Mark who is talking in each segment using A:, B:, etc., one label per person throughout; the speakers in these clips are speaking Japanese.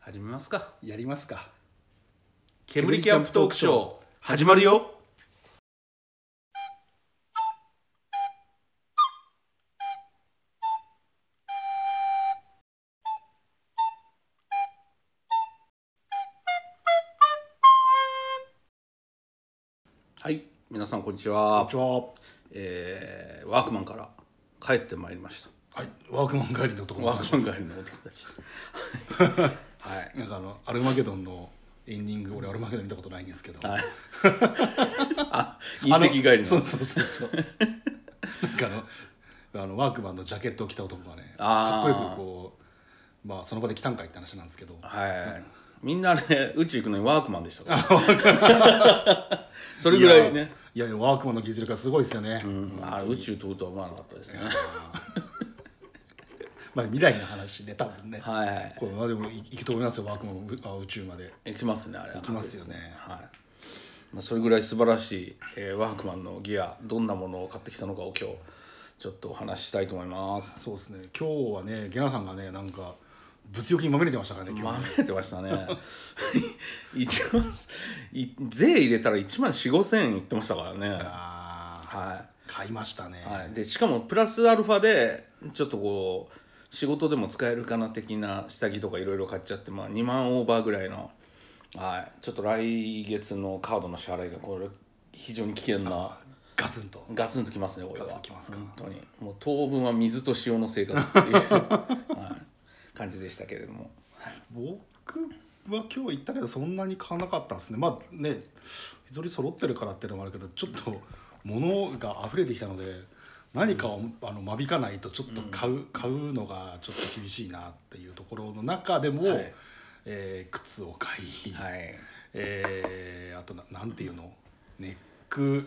A: 始めますか
B: やりますか
A: 煙キャンプトークショー始まるよはい皆さんこんにちは
B: ちは
A: えーワークマンから帰ってまいりました
B: はいワークマン帰りのところ
A: ワークマン帰りの男たち はい
B: なんかあのアルマゲドンのエンディング俺アルマゲドン見たことないんですけど
A: はいあ隕石帰りの
B: あそうそうそうそうなんかあのあのワークマンのジャケットを着た男がねか
A: あ
B: っこ
A: ー
B: よくこうまあその場で来たんかいって話なんですけど
A: はい。みんなね、宇宙行くのにワークマンでしたから。それぐらいね。
B: いやいやワークマンの技術力がすごいですよね、
A: うん、あ宇宙飛ぶとは思わなかったですね。
B: まあ未来の話で多分ね、
A: はいはい。
B: これまあでもい行くと思いますよワークマンのあ宇宙まで
A: 行きますね、あれ。行
B: きますよね
A: はい。まあ、それぐらい素晴らしい、えーワークマンのギア、どんなものを買ってきたのかを今日、ちょっとお話ししたいと思います。
B: そうですね今日はねゲナさんがねなんか物欲にまみれてましたからね今日
A: まみれてましたね。 一万、い税入れたら1万4、5千円いってましたからね。
B: あー
A: はい。
B: 買いましたね、
A: はい、でしかもプラスアルファでちょっとこう仕事でも使えるかな的な下着とかいろいろ買っちゃって、まあ、2万オーバーぐらいの、はい、ちょっと来月のカードの支払いがこれ非常に危険な
B: ガツンと
A: ガツンときますねこれは
B: ガツンときますか
A: 本当にもう当分は水と塩の生活 っていう、はい、感じでしたけれども
B: 僕は今日行ったけどそんなに買わなかったんですねまあね一人揃ってるからっていうのもあるけどちょっと物が溢れてきたので何かをあの間引かないとちょっと買う、買うのがちょっと厳しいなっていうところの中でも、
A: はい
B: えー靴を買い、
A: はい
B: えーあとななんていうのネック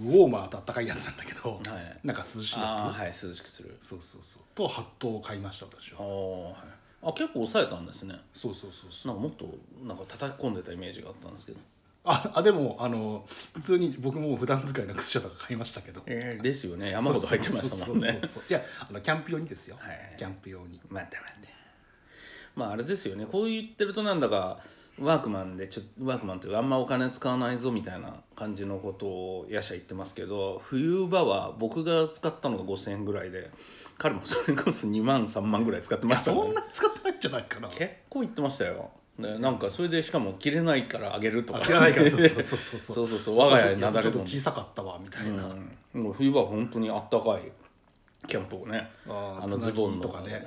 B: ウォーマーとあったかいやつなんだけど、
A: はい
B: なんか涼しい
A: あ
B: やつ、
A: ーはい涼しくする
B: そうそうそうとハットを買いました私は
A: おーはいあ結構抑えたんですね
B: そうそうそうそ
A: な
B: う
A: んかもっとなんか叩き込んでたイメージがあったんですけど
B: ああでもあの普通に僕も普段使いの靴下とか買いましたけど
A: えーですよね山ほど入ってましたもん
B: そうそう
A: ね
B: そうそういやあのキャンプ用にですよ、
A: はい
B: キャンプ用に
A: 待って待ってまああれですよねこう言ってるとなんだかワークマンでちょワークマンというかあんまお金使わないぞみたいな感じのことをやしゃ言ってますけど冬場は僕が使ったのが5,000円ぐらいで彼もそれこそ2万3万ぐらい使って
B: い
A: ま
B: や
A: した
B: そ
A: もん
B: んな使ってないんじゃないかな
A: 結構言ってましたよでなんかそれでしかも着れないからあげるとか
B: あ着れないからそうそうそうそ
A: そう
B: うそう
A: そうそう我が家になだ
B: ち
A: れ
B: ょっと
A: 込んで
B: 小さかったわみたいな、
A: うん、もう冬場は本当にあったかいキャンプをね
B: あー
A: あの
B: つな
A: ズ
B: ぎ
A: ボンの
B: とかね、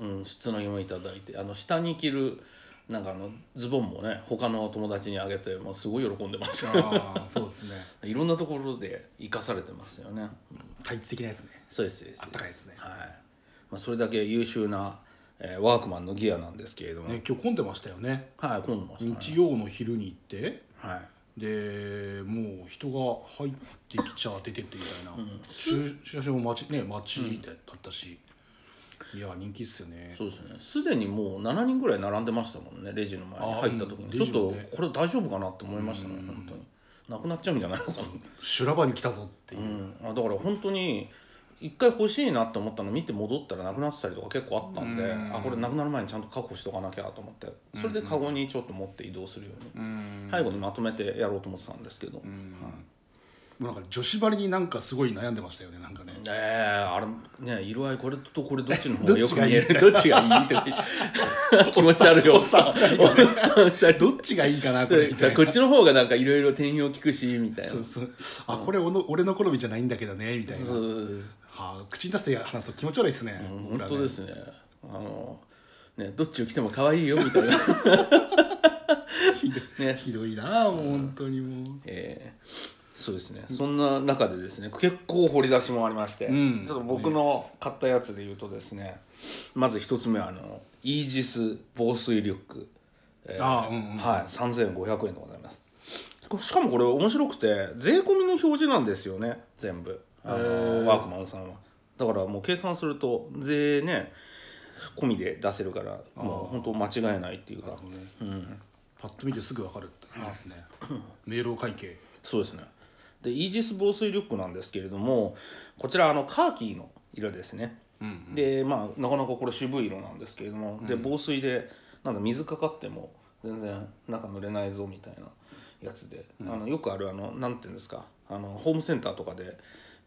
B: うん
A: うん質のもいただいてあの下に着るなんかあのズボンもね他の友達にあげてもうすごい喜んでました
B: ああそうですね
A: いろんなところで生かされてますよね、うん
B: 体質的なやつね
A: そうですそうです
B: あったかいですね
A: はいまあ、それだけ優秀な、えーワークマンのギアなんですけれども、
B: ね今日混んでましたよね
A: はい今度も
B: 日曜の昼に行って
A: はい
B: でもう人が入ってきちゃ出てってみたいな、
A: ん
B: 駐駐車場も待ちね待ちでだったし、いや人気っすよね
A: そうですねすでにもう7人ぐらい並んでましたもんねレジの前に
B: あ
A: 入った時に、
B: うん
A: ちょっと
B: レジのね
A: これ大丈夫かなって思いましたね、
B: うん
A: 本当になくなっちゃうんじゃないかな
B: そう修羅場に来たぞっていうう、
A: ん、あだから本当に一回欲しいなって思ったの見て戻ったらなくなってたりとか結構あったんで、
B: うん
A: あこれなくなる前にちゃんと確保しとかなきゃと思ってそれでカゴにちょっと持って移動するように、
B: うん
A: 背後にまとめてやろうと思ってたんですけど、
B: うんもうなんか女子張りになんかすごい悩んでましたよねなんかね
A: ねえあれね色合いこれとこれ どっちの方がよく見えるど
B: ど
A: っちがいい って気持ち悪いおっさんおっさん二人
B: どっちがいいかなこれみた
A: さ
B: い
A: こ
B: な
A: っちの方がなんかいろいろ転用聞くしみたいな
B: そうそうあこれおの俺の好みじゃないんだけどねみたいな
A: そうそうそうそう
B: はあ、口に出して話すと気持ち悪いですね、
A: うん
B: 僕ら
A: 本
B: ね
A: 当ですねあのねどっちを着ても可愛いよみたいなね
B: ひどいなあもう本当にもう
A: えーそうですねそんな中でですね結構掘り出しもありまして、
B: うん
A: ちょっと僕の買ったやつで言うとですねまず一つ目はあのイージス防水リュック、えー
B: ああうんうん
A: はい3500円でございますしかもこれ面白くて税込みの表示なんですよね全部あ
B: へ
A: の
B: ー
A: ワークマンさんはだからもう計算すると税ね込みで出せるからもう
B: あ
A: 本当間違いないっていう
B: なる
A: か
B: ほどね
A: うん
B: パッと見てすぐわかるいいですね明朗会計
A: そうですねでイージス防水リュックなんですけれどもこちらあのカーキーの色ですね、
B: うん
A: でまあなかなかこれ渋い色なんですけれども、で
B: うん
A: 防水でなんか水かかっても全然中濡れないぞみたいなやつで、
B: うん
A: あのよくあるあのなんていうんですかあのホームセンターとかで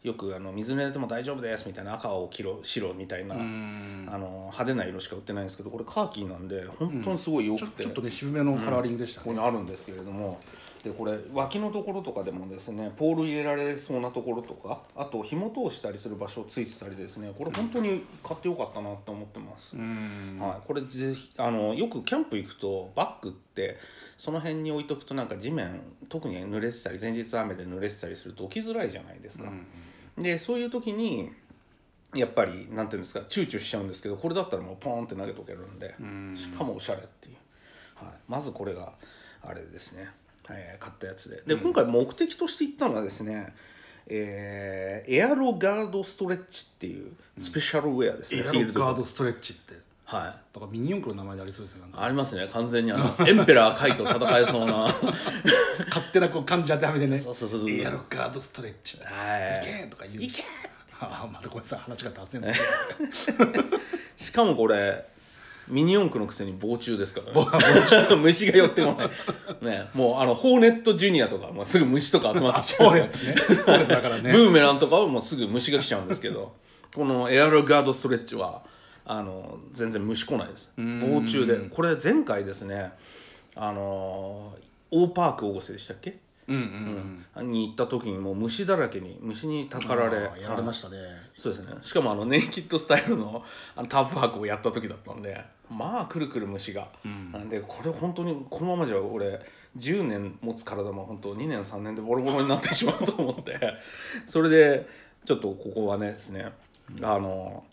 A: よくあの水濡れても大丈夫ですみたいな赤を黄色白みたいな、
B: うん
A: あの派手な色しか売ってないんですけどこれカーキーなんで本当にすごいよ
B: ち
A: く
B: ょ
A: て、
B: ちょっとね渋めのカラーリングでした
A: ここ
B: ね、
A: にあるんですけれどもでこれ脇のところとかでもですねポール入れられそうなところとかあと紐通したりする場所ついてたりですねこれ本当に買ってよかったなって思ってます、
B: うん
A: はい、これぜひあのよくキャンプ行くとバッグってその辺に置いとくとなんか地面特に濡れてたり前日雨で濡れてたりすると置きづらいじゃないですか、でそういう時にやっぱりなんていうんですか躊躇しちゃうんですけどこれだったらもうポーンって投げとけるんで、
B: うん
A: しかもおしゃれっていう、はい、まずこれがあれですね、えー買ったやつでで、
B: うん
A: 今回目的として行ったのはですねえーエアロガードストレッチっていうスペシャルウェアですね、
B: エア
A: フィ
B: ロ
A: ールド
B: ガー
A: ド
B: ドストレッチって
A: はい
B: だからミニ四駆の名前でありそうですよなんか
A: ありますね完全にあのエンペラーカイと戦えそうな
B: 勝手なこう患者手はめで ね
A: そうそうそうそう
B: エアロガードストレッチだ
A: はい
B: けーとか言う
A: いけ
B: あーまたごめんなさい話が脱線だ
A: しかもこれミニ四駆のくせに防虫ですから、ね、 虫が寄ってこない、ね、もうあのホーネットジュニアとかもうすぐ虫とか集まってきちゃ
B: そううやってねそうやだからね
A: ブーメランとかはもうすぐ虫が来ちゃうんですけ どこのエアロガードストレッチはあの全然虫来ないです
B: うーん
A: 防虫でこれ前回ですねあのオーパーク大越でしたっけ、
B: うんうん
A: に行った時にもう虫だらけに虫にたかられ
B: あーやられま
A: はい
B: したね
A: そうですねしかもあのネイキッドスタイルのあのタープワークをやった時だったんでまあくるくる虫が。
B: うん
A: なんでこれ本当にこのままじゃ俺10年持つ体も本当2年3年でボロボロになってしまうと思って それでちょっとここはねですねあの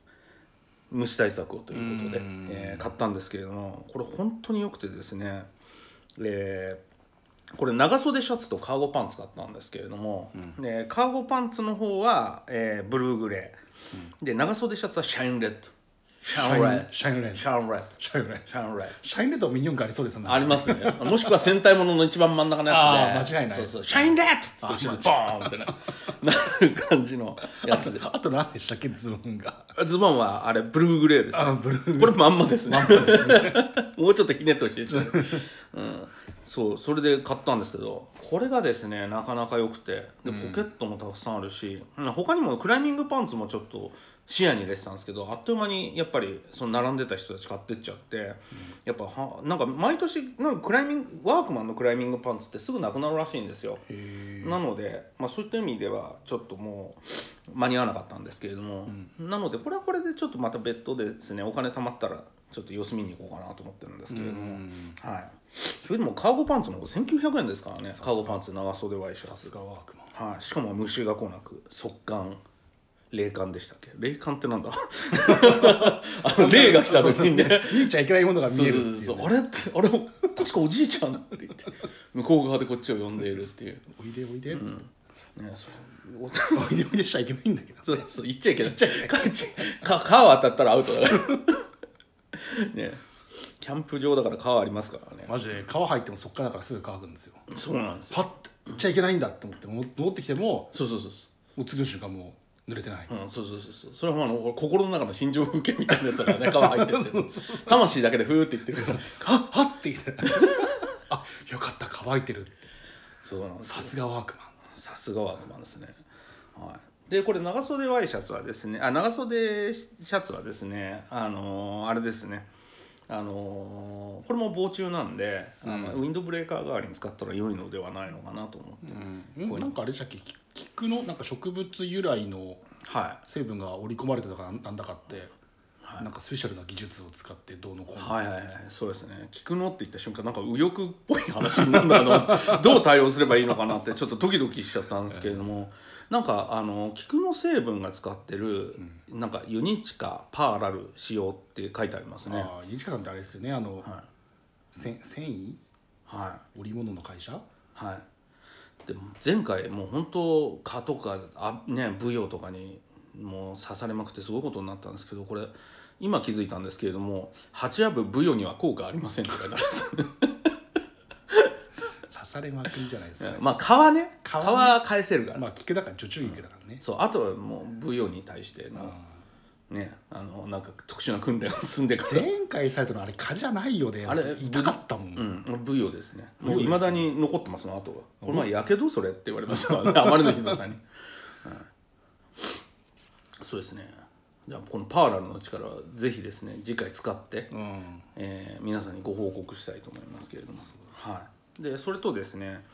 A: 虫対策をということで
B: うん、
A: えー買ったんですけれどもこれ本当に良くてですね、えーこれ長袖シャツとカーゴパンツ買ったんですけれども、
B: うん
A: でカーゴパンツの方は、えーブルーグレーで長袖シャツはシャインレッドシ
B: シャインレッド
A: ド
B: シャインレッド
A: シャインレッド
B: シャインレッド
A: シャインレッド
B: シャインレッドはミニ四駆ありそうですね
A: ありますね。もしくは戦隊ものの一番真ん中のやつで。
B: あー間違いない
A: そうそう。シャインレッドっつって、ボーンってななる感じのや
B: あ
A: つで。
B: とあと何でしたっけズボンが
A: ズボンはあれ、ブルーグレーです。
B: あブル ー
A: これまんまですね。 もうちょっとひねってほしい ですね。うん。そう、それで買ったんですけど、これがですね、なかなか良くて、でポ
B: うん
A: ケットもたくさんあるし、うん他にもクライミングパンツもちょっと視野に入れてたんですけど、あっという間にやっぱりその並んでた人たち買ってっちゃって、やっぱはなんか毎年なんかクライミングワークマンのクライミングパンツってすぐなくなるらしいんですよ。
B: へー
A: なので、まあ、そういった意味ではちょっともう間に合わなかったんですけれども、なのでこれはこれでちょっとまた別途でですねお金貯まったらちょっと様子見に行こうかなと思ってるんですけれども、
B: うん
A: はいそれでもカーゴパンツの方1900円ですからね
B: さすが
A: カーゴパンツ長袖ワイシャ
B: さす
A: ツ、
B: がワークマン
A: はい、しかも虫が来なく速乾冷感でしたっけ冷感って なんだあ の霊が来た時にね
B: 見えちゃいけないものが
A: そ
B: 見
A: う
B: え
A: そう
B: るってい
A: そううそうあれっ
B: ね
A: てあれ確かおじいちゃんって言って向こう側でこっちを呼んでいるっていう
B: おいでおいで
A: うんねそうお
B: おいでおいでしちゃいけないんだけど
A: そうそう言っちゃいけないかちか川当たったらアウトだから ねキャンプ場だから川ありますからね
B: マジで皮入ってもそっからだからすぐ乾くんですよ
A: そうなんですよ
B: パッて行っちゃいけないんだって思っても戻ってきても
A: そうそうそう
B: もう次の瞬間もう濡れてない、
A: そううん、そうそうそうそうそれはもうあの心の中の心情風景みたいなやつだからね川入ってるん ですよ魂だけでふーって言ってるから
B: はっはっって言ってあよかった乾いてる
A: そうなんですよ
B: さすがワークマン
A: さすがワークマンですね。はい、でこれ長袖ワイシャツはですねあ長袖シャツはですねあのーあれですねあのーこれも防虫なんで、あの
B: うん
A: ウィンドブレーカー代わりに使ったら良いのではないのかなと思って、
B: うん、なんかあれでしたっけき菊のなんか植物由来の
A: は
B: 成分が織り込まれてたかなんなんだかって、
A: い、はい
B: なんかスペシャルな技術を使ってどうのこうの、
A: はいはいはいそうですね聞くのって言った瞬間なんか右翼っぽい話になるんだな どう対応すればいいのかなってちょっとドキドキしちゃったんですけれども、なんかあの菊の成分が使ってる、なんかユニチカパーラル使用って書いてありますねは
B: ああ西川さんってあれですよねあの、
A: い
B: せ繊維
A: は
B: 織物の会 社
A: いはいでも前回もう本当蚊とかあね舞踊とかにもう刺されまくってすごいことになったんですけどこれ今気づいたんですけれども「八夜部舞踊には効果ありません」って書いてあるんです
B: 刺されまくりじゃないですか、
A: まあ蚊はね蚊
B: 蚊はね
A: は返せるから、
B: まあ菊だから女中菊だからね、
A: そうあとはもう VO に対して
B: うん
A: の、ねあのなんか特殊な訓練を積んでから、
B: 前回されたのあれ蚊じゃないよね
A: あれ
B: 痛かったもん、
A: うん、ブヨですね
B: ブヨ
A: もう
B: ですね
A: いまだに残ってますその後がこれ前やけどそれって言われましたからねあまりのひどさに、はいそうですねじゃあこのパーラルの力はぜひですね次回使って、
B: うん
A: えー皆さんにご報告したいと思いますけれども、はい、でそれとですね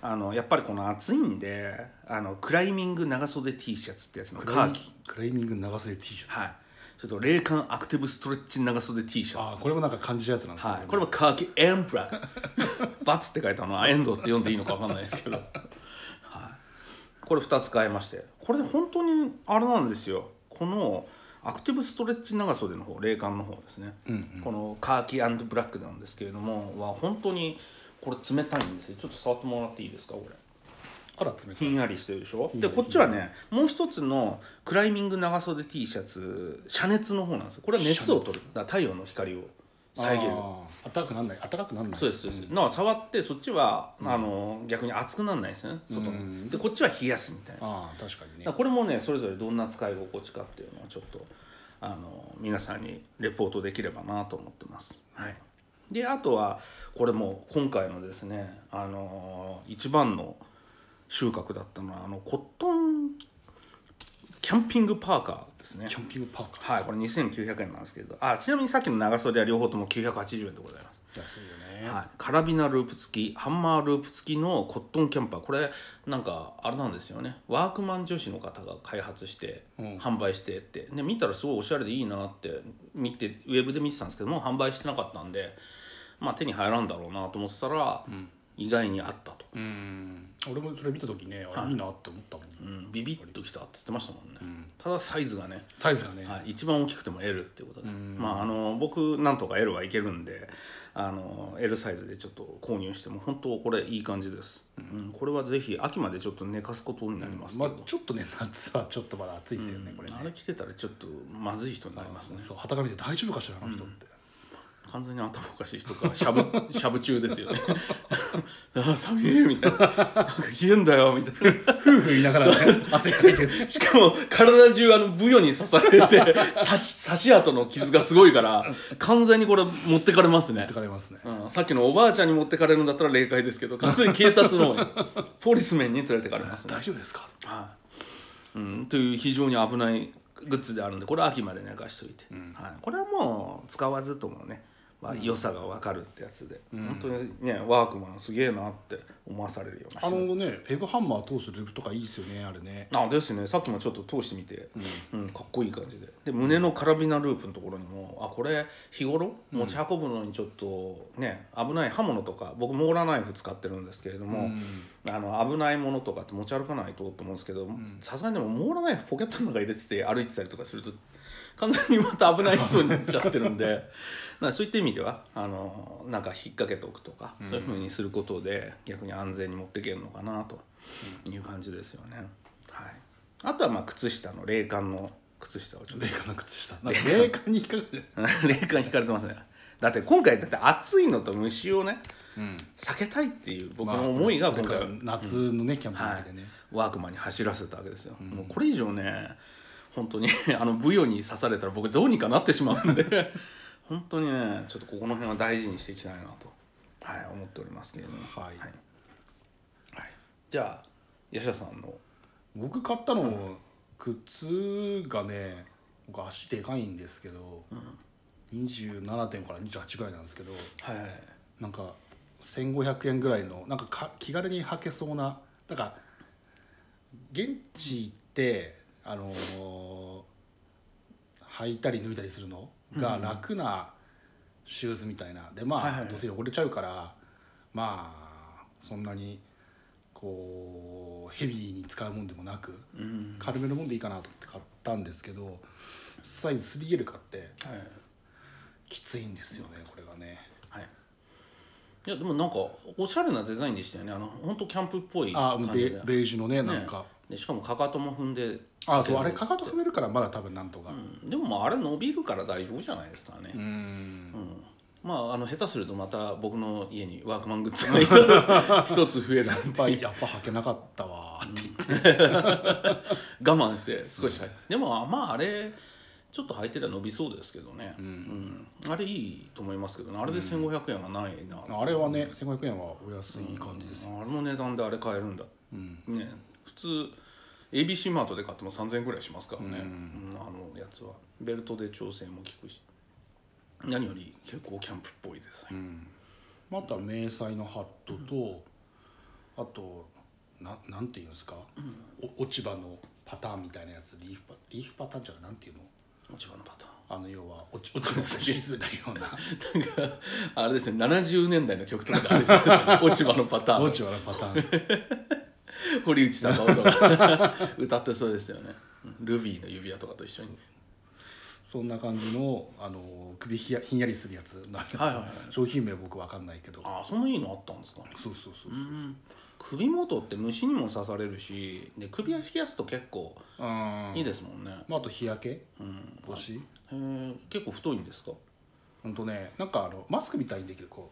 A: あのやっぱりこの暑いんであのクライミング長袖 T シャツってやつのカーキ
B: クライミング長袖 T シャツ
A: はいちょっと冷感アクティブストレッチ長袖 T シャツ
B: あーこれもなんか感じるやつなんです
A: はい、これもカーキエンプラ ーバツって書いたのはエンドって読んでいいのか分かんないですけど、はい、これ2つ買いましてこれで本当にあれなんですよこのアクティブストレッチ長袖の方冷感の方ですね、
B: うんうん
A: このカーキブラックなんですけれどもは本当にこれ冷たいんですよちょっと触ってもらっていいですかこれ
B: あら冷た
A: ひ
B: い
A: んやりしてるでしょ
B: ひんや
A: で
B: り
A: こっちはねもう一つのクライミング長袖 T シャツ遮熱の方なんですよこれは熱を取る
B: 遮熱
A: だから太陽の光を遮る
B: あー暖かくなんない暖かくなんない
A: そうですそうです、
B: ん
A: の触ってそっちは、
B: うん
A: あの逆に熱くならないですよね外に、
B: うん
A: でこっちは冷やすみたいな、だか
B: ああ確かにね
A: らこれもねそれぞれどんな使い心地かっていうのをちょっとあの皆さんにレポートできればなと思ってます、はい、であとはこれもう今回のですねあの一番の収穫だったのはあのコットンキャンピングパーカーですね
B: キャンピングパーカー
A: はいこれ2900円なんですけどあちなみにさっきの長袖は両方とも980円でございます
B: 安いよね、
A: はい、カラビナループ付きハンマーループ付きのコットンキャンパーこれなんかあれなんですよねワークマン女子の方が開発して
B: うん
A: 販売してってで見たらすごいおしゃれでいいなって見てウェブで見てたんですけどもう販売してなかったんでまあ手に入らんだろうなと思ってたら
B: うん
A: 意外にあったと、
B: うん俺もそれ見た時ねあ
A: はい
B: いいなって思ったもん、
A: うん、ビビッときたって言ってましたもんね、
B: うん
A: ただサイズがね、
B: サイズがね、
A: はい、一番大きくても L っていうことで、
B: うん
A: まああの僕なんとか L はいけるんであの L サイズでちょっと購入しても本当これいい感じです、うんこれはぜひ秋までちょっと寝かすことになりますけ
B: ま
A: ど、
B: あ、ちょっとね 夏はちょっとまだ暑いですよね、
A: うん
B: これね
A: あれ着てたらちょっとまずい人になりますね
B: そう裸見て大丈夫かしらあの人って、
A: 完全に頭おかしい人 かしゃぶしゃぶ中ですよね あ寒いみたいななんか冷えんだよみたい な
B: 夫婦言いながらね汗かいてね
A: しかも体中あのブヨに刺されて刺し刺し跡の傷がすごいから完全にこれ持ってかれますね
B: ってかれますね、
A: うん、さっきのおばあちゃんに持ってかれるんだったら霊界ですけど 完全に警察の方にポリスメンに連れてかれますね
B: 大、丈夫ですか
A: はいうん、という非常に危ないグッズであるんでこれは秋まで寝かしといて、
B: うん
A: はい、これはもう使わずともね、まあ、
B: うん
A: 良さが分かるってやつで、
B: うん
A: 本当にねワークマンすげえなって思わされるような
B: あ
A: 品
B: のねペグハンマー通すループとかいいですよねあれね、
A: あですねさっきもちょっと通してみて、
B: うん
A: うん、かっこいい感じでで胸のカラビナループのところにもあこれ日頃持ち運ぶのにちょっとね、危ない刃物とか僕モーラーナイフ使ってるんですけれども、あの危ないものとかって持ち歩かないとと思うんですけど
B: ん
A: さすがにでもモーラーナイフポケットの中入れてて歩いてたりとかすると完全にまた危ない人になっちゃってるん でなんかそういった意味ではあのなんか引っ掛けておくとか、
B: うん
A: そういうふうにすることで逆に安全に持っていけるのかなという感じですよね。はい、あとはまあ靴下の冷感の靴下をちょっと
B: 冷感の靴下なんか冷感に引っかかる、
A: 冷感引かれてますねだって今回だって暑いのと虫をね避けたいっていう僕の思いが今回は、
B: まあこれから夏のね、キャンプの中でね、
A: ワークマンに走らせたわけですよ、
B: うん
A: もうこれ以上ね本当に あのブヨに刺されたら僕どうにかなってしまうんで 本当にねちょっとここの辺は大事にしていきたいなと、はい、思っておりますけれども
B: はい
A: はいはいじゃあ吉田さんの
B: 僕買ったの靴がね僕足でかいんですけど
A: うん
B: 27点から28ぐらいなんですけど
A: はいはい
B: なんか1500円ぐらいのなんかか気軽に履けそうななんか現地行ってあのー履いたり脱いだりするのが
A: うん
B: 楽なシューズみたいな、でまあ、
A: はいはいはい
B: どうせ汚れちゃうからまあそんなにこうヘビーに使うもんでもなく
A: うん
B: 軽めのもんでいいかなと思って買ったんですけどサイズ 3L 買って
A: はい
B: きついんですよねこれがね
A: はいいやでもなんかおしゃれなデザインでしたよねあの本当キャンプっぽい
B: あ
A: 感
B: ベ
A: じ
B: ベ
A: で
B: ージュのねなんか、
A: でしかもかかとも踏んで、
B: あそうあれ
A: 全部
B: かかと踏めるからまだ多分なんとか
A: うん、でもまああれ伸びるから大丈夫じゃないですかね、うんんまあ、あの下手するとまた僕の家にワークマングッズが 一つ増えるなん
B: やっぱ
A: ていう
B: やっぱ履けなかったわーって言って
A: 我慢して少し入って、でもまああれちょっと履いてりゃ伸びそうですけどね、
B: うん
A: うんあれいいと思いますけどねあれで1500円はないな、
B: あれはね1500円はお安い感じですよ、
A: あれの値段であれ買えるんだ
B: うん
A: ね普通 ABC マートで買っても3000円ぐらいしますからね、
B: うん
A: うんあのやつはベルトで調整も効くし何より結構キャンプっぽいです
B: う
A: ね、
B: んまた迷彩のハットと、あとななんていうんですか、お落ち葉のパターンみたいなやつリーフパリーフパターンじゃないなんていうの
A: 落ち葉のパターン
B: あの要は落ち落ち葉を敷き詰めたよう な
A: なんかあれですね70年代の曲とかでありそうですよ ね落ち葉のパターン
B: 落ち葉のパターン
A: 堀内孝雄とか 歌ってそうですよねルビーの指輪とかと一緒に
B: そんな感じのあの首ひやひんやりするやつなんか
A: はいはいはい
B: 商品名僕わかんないけど
A: ああそんないいのあったんですかね
B: そうそうそうそうう、
A: ん首元って虫にも刺されるしで首は冷やすと結構
B: あ、
A: いいですすもんね、
B: まあ、あと日焼け
A: うん、
B: 防止
A: へー結構太いんですか
B: ほんとねなんかあのマスクみたいにできるこ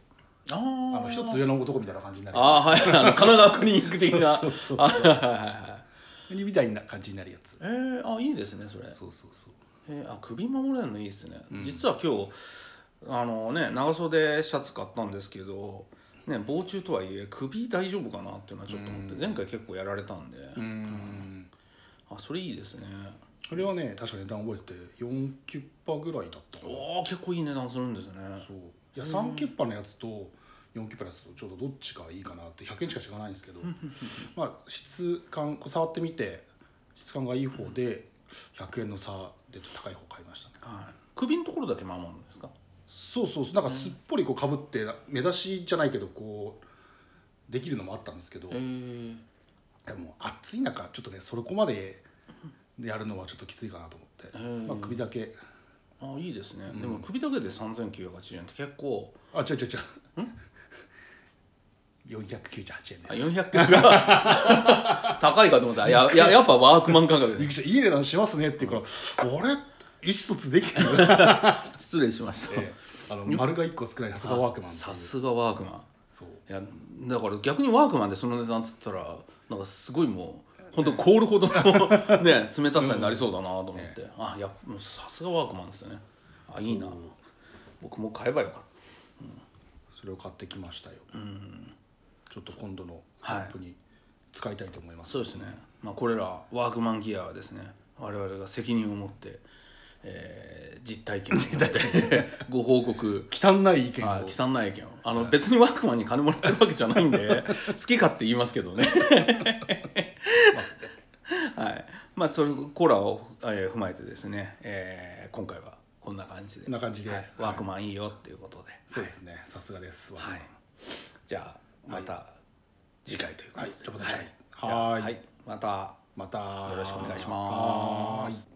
B: う
A: ああ
B: あの一つ上の男みたいな感じになるや
A: ああはいあの神奈川クリニック
B: つ
A: 的な
B: そうそうそう
A: あ はいはいはい
B: みたいな感じになるやつ
A: えー、あいいですねそれ
B: そうそうそう
A: えーあ首守れるのいいですね、
B: うん
A: 実は今日あのね長袖シャツ買ったんですけどね防虫とはいえ首大丈夫かなっていうのはちょっと思って、
B: うん
A: 前回結構やられたんで、
B: うん
A: あそれいいですね
B: これはね確か値段覚えてて4キュッパぐらいだったかな
A: おお結構いい値段するんですね
B: そういや
A: うん
B: 3キュッパのやつと4キュッパのやつとちょっとどっちがいいかなって100円しか違わないんですけどまあ質感こう触ってみて質感がいい方で100円の差で高い方買いましたね
A: はい、首のところだけ守るんですか
B: そうそうそうなんかすっぽりこうかぶって目出しじゃないけどこうできるのもあったんですけど、
A: えー、
B: でも暑い中ちょっとねそこまでやるのはちょっときついかなと思って、
A: うん
B: まあ、首だけ
A: あいいですね、
B: うん
A: でも首だけで3980円って結構
B: あ違う違う違う498円
A: あ
B: です
A: 400円が 高いかと思ったらやややっぱワークマン価格
B: びっく
A: で
B: りしたいい値段しますねって言うから、あれ意思疎通で きてる、
A: 失礼しました、
B: ええあの丸が1個少ないさすがワークマンっていう
A: さすがワークマン
B: そう
A: いやだから逆にワークマンでその値段つったらなんかすごいもう本当凍るほどの ね冷たさになりそうだなと思って、
B: うんえ
A: あやっもうさすがワークマンですよねあいいな
B: そう
A: 僕も買えばよかっ
B: それを買ってきましたよ
A: たうん
B: ちょっと今度のキ
A: はい
B: ャンプに使いたいと思います、
A: そうですね、まあ、これらワークマンギアはですね我々が責任を持って、えー実体験で ご報告
B: 汚い意見を、
A: あ汚ない意見をあの、別にワークマンに金もらってるわけじゃないんで好き勝手言いますけどねはいまあそれコラを、えー踏まえてですね、えー今回はこんな感じで
B: こんな感じで、
A: はいワークマンいいよっていうことで、
B: そうですねさすがですワーク
A: は
B: マ
A: い、じゃあまた次回ということで、
B: はいじゃあまた次回
A: はい
B: はーい
A: はいまた
B: ンまた
A: よろしくお願いします
B: はーい